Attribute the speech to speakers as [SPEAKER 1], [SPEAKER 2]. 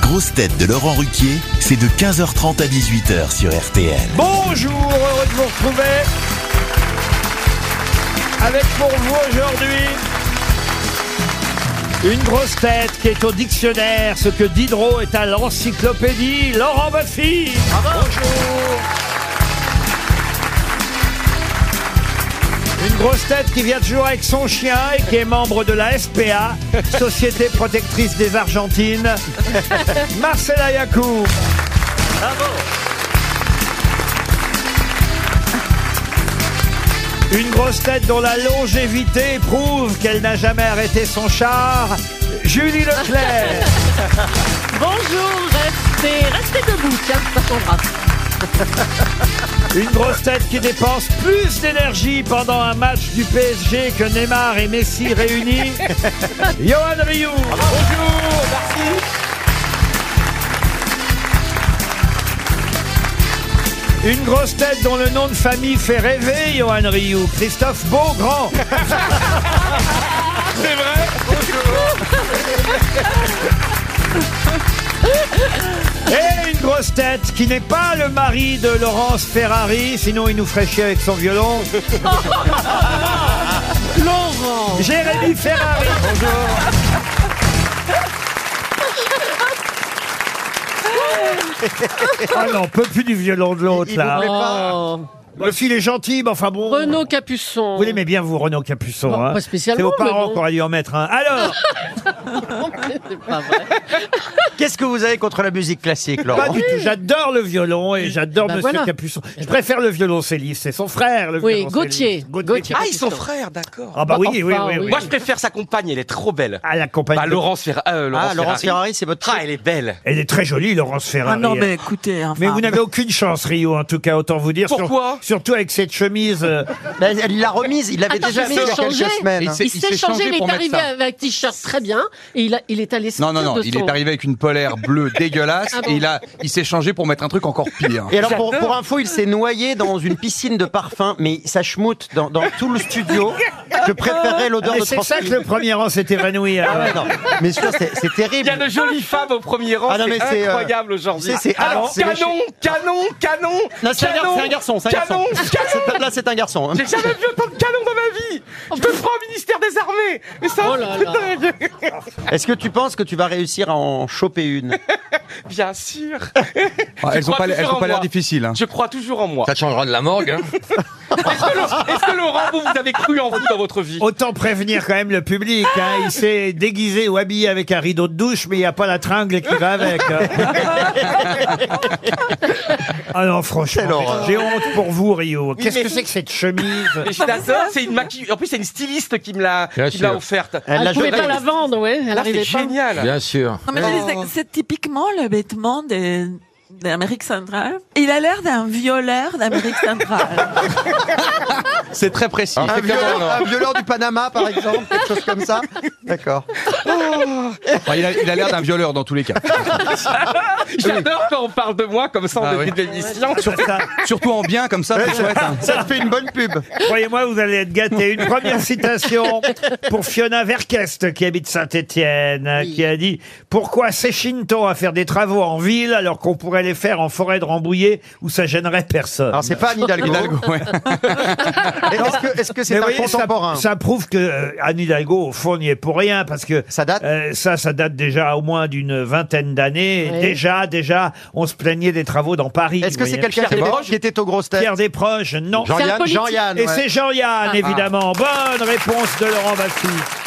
[SPEAKER 1] grosses têtes de Laurent Ruquier, c'est de 15h30 à 18h sur RTL.
[SPEAKER 2] Bonjour, heureux de vous retrouver. Avec pour vous aujourd'hui une grosse tête qui est au dictionnaire, ce que Diderot est à l'encyclopédie, Laurent Baffy. Bonjour. Une grosse tête qui vient toujours avec son chien et qui est membre de la SPA, Société Protectrice des Argentines, Marcela Yacoub. Une grosse tête dont la longévité prouve qu'elle n'a jamais arrêté son char, Julie Leclerc.
[SPEAKER 3] Bonjour, restez, restez debout, tiens, ça tombera.
[SPEAKER 2] Une grosse tête qui dépense plus d'énergie pendant un match du PSG que Neymar et Messi réunis, Johan Rioux. Bonjour, Une grosse tête dont le nom de famille fait rêver, Johan Rioux, Christophe Beaugrand.
[SPEAKER 4] C'est vrai
[SPEAKER 2] Et une grosse tête qui n'est pas le mari de Laurence Ferrari, sinon il nous ferait chier avec son violon. Laurent Jérémy Ferrari Bonjour Ah non, on peut plus du violon de l'autre là. Le fil est gentil, mais enfin bon.
[SPEAKER 3] Renaud Capuçon.
[SPEAKER 2] Vous l'aimez bien vous, Renaud Capuçon.
[SPEAKER 3] Bon,
[SPEAKER 2] hein
[SPEAKER 3] pas
[SPEAKER 2] C'est
[SPEAKER 3] spécialement,
[SPEAKER 2] aux
[SPEAKER 3] mais
[SPEAKER 2] parents
[SPEAKER 3] bon.
[SPEAKER 2] qu'on aurait dû en mettre un. Alors
[SPEAKER 5] Qu'est-ce que vous avez contre la musique classique, Laurent
[SPEAKER 2] Pas du tout. J'adore le violon et j'adore
[SPEAKER 3] Bah
[SPEAKER 2] Monsieur
[SPEAKER 3] voilà.
[SPEAKER 2] Capuçon. Je préfère le violoncelliste. C'est son frère, le
[SPEAKER 3] Oui,
[SPEAKER 2] violoncelliste.
[SPEAKER 3] Gauthier. Gauthier.
[SPEAKER 5] Ah, ils sont frères, d'accord.
[SPEAKER 2] Ah bah oui, oui,
[SPEAKER 3] Enfin,
[SPEAKER 2] oui,
[SPEAKER 3] oui.
[SPEAKER 2] oui.
[SPEAKER 4] Moi, je préfère sa compagne, elle est trop belle.
[SPEAKER 2] À la compagnie.
[SPEAKER 4] Bah,
[SPEAKER 2] de-
[SPEAKER 4] Laurence, Ferra- euh, Laurence
[SPEAKER 5] ah, Laurence
[SPEAKER 4] Ferrari.
[SPEAKER 5] Ferrari, c'est votre
[SPEAKER 4] Ah, elle est belle.
[SPEAKER 2] Elle est très jolie, Laurence Ferrari.
[SPEAKER 6] Ah non, mais écoutez, enfin,
[SPEAKER 2] Mais vous n'avez aucune chance, Rio, en tout cas, autant vous dire. Sur-
[SPEAKER 4] Pourquoi
[SPEAKER 2] Surtout avec cette chemise. euh,
[SPEAKER 5] Mais Ben, elle- Elle l'a remise, il l'avait
[SPEAKER 3] Attends,
[SPEAKER 5] déjà
[SPEAKER 3] mais
[SPEAKER 5] fait
[SPEAKER 3] il
[SPEAKER 5] il y a
[SPEAKER 3] s'est
[SPEAKER 5] quelques
[SPEAKER 3] changé.
[SPEAKER 5] semaines.
[SPEAKER 7] Il
[SPEAKER 5] hein.
[SPEAKER 7] s'est-
[SPEAKER 3] Il s'est changé, il est
[SPEAKER 7] pour mettre
[SPEAKER 3] arrivé
[SPEAKER 7] ça.
[SPEAKER 3] avec t-shirt très bien et il, a- il est allé
[SPEAKER 7] Non,
[SPEAKER 3] sortir
[SPEAKER 7] non, non,
[SPEAKER 3] de
[SPEAKER 7] il
[SPEAKER 3] son-
[SPEAKER 7] est arrivé avec une polaire bleue dégueulasse
[SPEAKER 3] Ah bon
[SPEAKER 7] et il, a, il s'est changé pour mettre un truc encore pire.
[SPEAKER 5] Et alors, pour, pour info, il s'est noyé dans une piscine de parfum, mais ça schmoute dans, dans tout le studio. Je préférais l'odeur
[SPEAKER 2] mais
[SPEAKER 5] de
[SPEAKER 2] c'est
[SPEAKER 5] Transfuge.
[SPEAKER 2] ça que le premier rang s'est évanoui. hein. alors.
[SPEAKER 5] Ah ouais, non. Mais sûr, c'est c'est
[SPEAKER 4] Il y a
[SPEAKER 5] terrible.
[SPEAKER 4] de jolies femmes au premier rang.
[SPEAKER 5] Ah non, mais
[SPEAKER 4] c'est
[SPEAKER 5] c'est, euh,
[SPEAKER 4] incroyable aujourd'hui.
[SPEAKER 5] c'est- c'est-
[SPEAKER 4] Ah,
[SPEAKER 5] ah, c'est le
[SPEAKER 4] canon, canon, canon,
[SPEAKER 5] Non, c'est un, gar-
[SPEAKER 4] canon.
[SPEAKER 5] c'est un garçon, c'est un
[SPEAKER 4] Canon,
[SPEAKER 5] garçon.
[SPEAKER 4] canon.
[SPEAKER 5] C'est- Là, c'est un garçon. hein.
[SPEAKER 4] J'ai jamais vu autant de canons dans ma vie. Je me prends au ministère des Armées. Mais ça,
[SPEAKER 3] Oh là là.
[SPEAKER 5] Est-ce que tu penses que tu vas réussir à en choper une
[SPEAKER 4] bien sûr.
[SPEAKER 7] Ah, elles n'ont
[SPEAKER 4] crois
[SPEAKER 7] pas,
[SPEAKER 4] toujours
[SPEAKER 7] elles ont
[SPEAKER 4] en
[SPEAKER 7] pas l'air
[SPEAKER 4] moi.
[SPEAKER 7] difficiles. hein.
[SPEAKER 4] Je crois toujours en moi.
[SPEAKER 8] Ça te changera de la morgue. Hein.
[SPEAKER 4] Est-ce que, Laurent- est-ce que Laurent, vous, vous avez cru en vous dans votre vie
[SPEAKER 2] Autant prévenir quand même le public. hein. Il s'est déguisé ou habillé avec un rideau de douche, mais il n'y a pas la tringle qui va avec. hein. ah non,
[SPEAKER 5] Quelle
[SPEAKER 2] franchement,
[SPEAKER 5] horreur.
[SPEAKER 2] j'ai honte pour vous, Rio. Qu'est-ce
[SPEAKER 4] mais-
[SPEAKER 2] que c'est que cette chemise
[SPEAKER 4] Mais je l'adore, c'est une maquille. En plus, c'est une styliste qui me l'a,
[SPEAKER 8] Bien
[SPEAKER 4] qui me l'a
[SPEAKER 8] sûr.
[SPEAKER 4] offerte.
[SPEAKER 5] Elle
[SPEAKER 3] Elle
[SPEAKER 5] l'a
[SPEAKER 3] ne pouvait
[SPEAKER 5] jetée.
[SPEAKER 3] Ah, pas la vendre, ouais. Elle
[SPEAKER 4] Là, c'est
[SPEAKER 3] n'arrivait pas.
[SPEAKER 4] génial.
[SPEAKER 8] Bien sûr.
[SPEAKER 6] non, mais c'est- c'est typiquement le vêtement des- d'Amérique centrale. Il a l'air d'un violeur d'Amérique centrale.
[SPEAKER 7] C'est très précis.
[SPEAKER 5] Ah, un violeur, un violeur du Panama, par exemple, quelque chose comme ça D'accord.
[SPEAKER 7] Enfin, Ah, il a il a l'air d'un violeur dans tous les cas.
[SPEAKER 4] J'adore quand on parle de moi comme ça en
[SPEAKER 7] Ah
[SPEAKER 4] début
[SPEAKER 7] oui.
[SPEAKER 4] de l'émission.
[SPEAKER 2] sur ça
[SPEAKER 7] Surtout en bien, comme ça, c'est chouette. hein.
[SPEAKER 5] Ça te fait une bonne pub.
[SPEAKER 2] Croyez-moi, vous allez être gâtés. Une première citation pour Fiona Verkest, qui habite Saint-Étienne, qui a dit « Pourquoi s'échine-t-on à faire des travaux en ville alors qu'on pourrait les faire en forêt de Rambouillet où ça gênerait personne ?»
[SPEAKER 5] Alors, c'est pas Anne Hidalgo.
[SPEAKER 7] Hidalgo, ouais.
[SPEAKER 5] Est-ce que- est-ce que c'est
[SPEAKER 2] Mais
[SPEAKER 5] un
[SPEAKER 2] vous voyez, ça-
[SPEAKER 5] contemporain
[SPEAKER 2] ça, prouve que euh, Anne Hidalgo, au fond, n'y est pour rien, parce que
[SPEAKER 5] Ça date
[SPEAKER 2] euh, ça, ça date déjà au moins d'une vingtaine d'années. Et
[SPEAKER 3] Ouais.
[SPEAKER 2] Déjà, déjà, on se plaignait des travaux dans Paris.
[SPEAKER 5] Est-ce que
[SPEAKER 2] vous
[SPEAKER 5] c'est
[SPEAKER 2] voyez.
[SPEAKER 5] quelqu'un qui, était-
[SPEAKER 4] Desproges
[SPEAKER 5] qui était aux grosses têtes
[SPEAKER 2] Pierre Desproges, non.
[SPEAKER 3] C'est un
[SPEAKER 5] Jean-Yann,
[SPEAKER 3] politique.
[SPEAKER 5] Jean-Yann.
[SPEAKER 2] Et
[SPEAKER 5] ouais.
[SPEAKER 2] c'est Jean-Yann, évidemment. Bonne réponse de Laurent Bassi.